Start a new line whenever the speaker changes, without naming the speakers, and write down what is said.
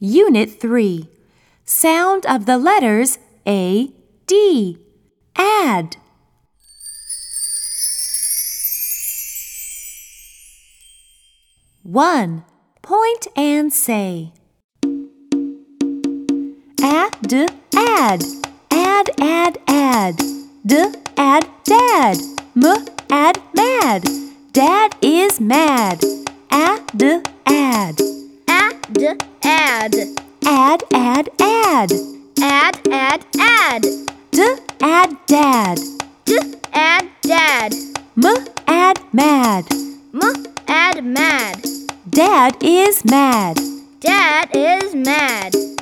Unit 3 Sound of the letters A, D. Add. One. Point and say. Add, d, add. Add, add, add. D, add, dad. M, add, mad. Dad is mad. Add, add.
Add, add,
Add, add, add.
add, add, add.
D, add, dad.
D, add, dad.
M, add, mad.
M, add, mad.
Dad is mad.
Dad is mad.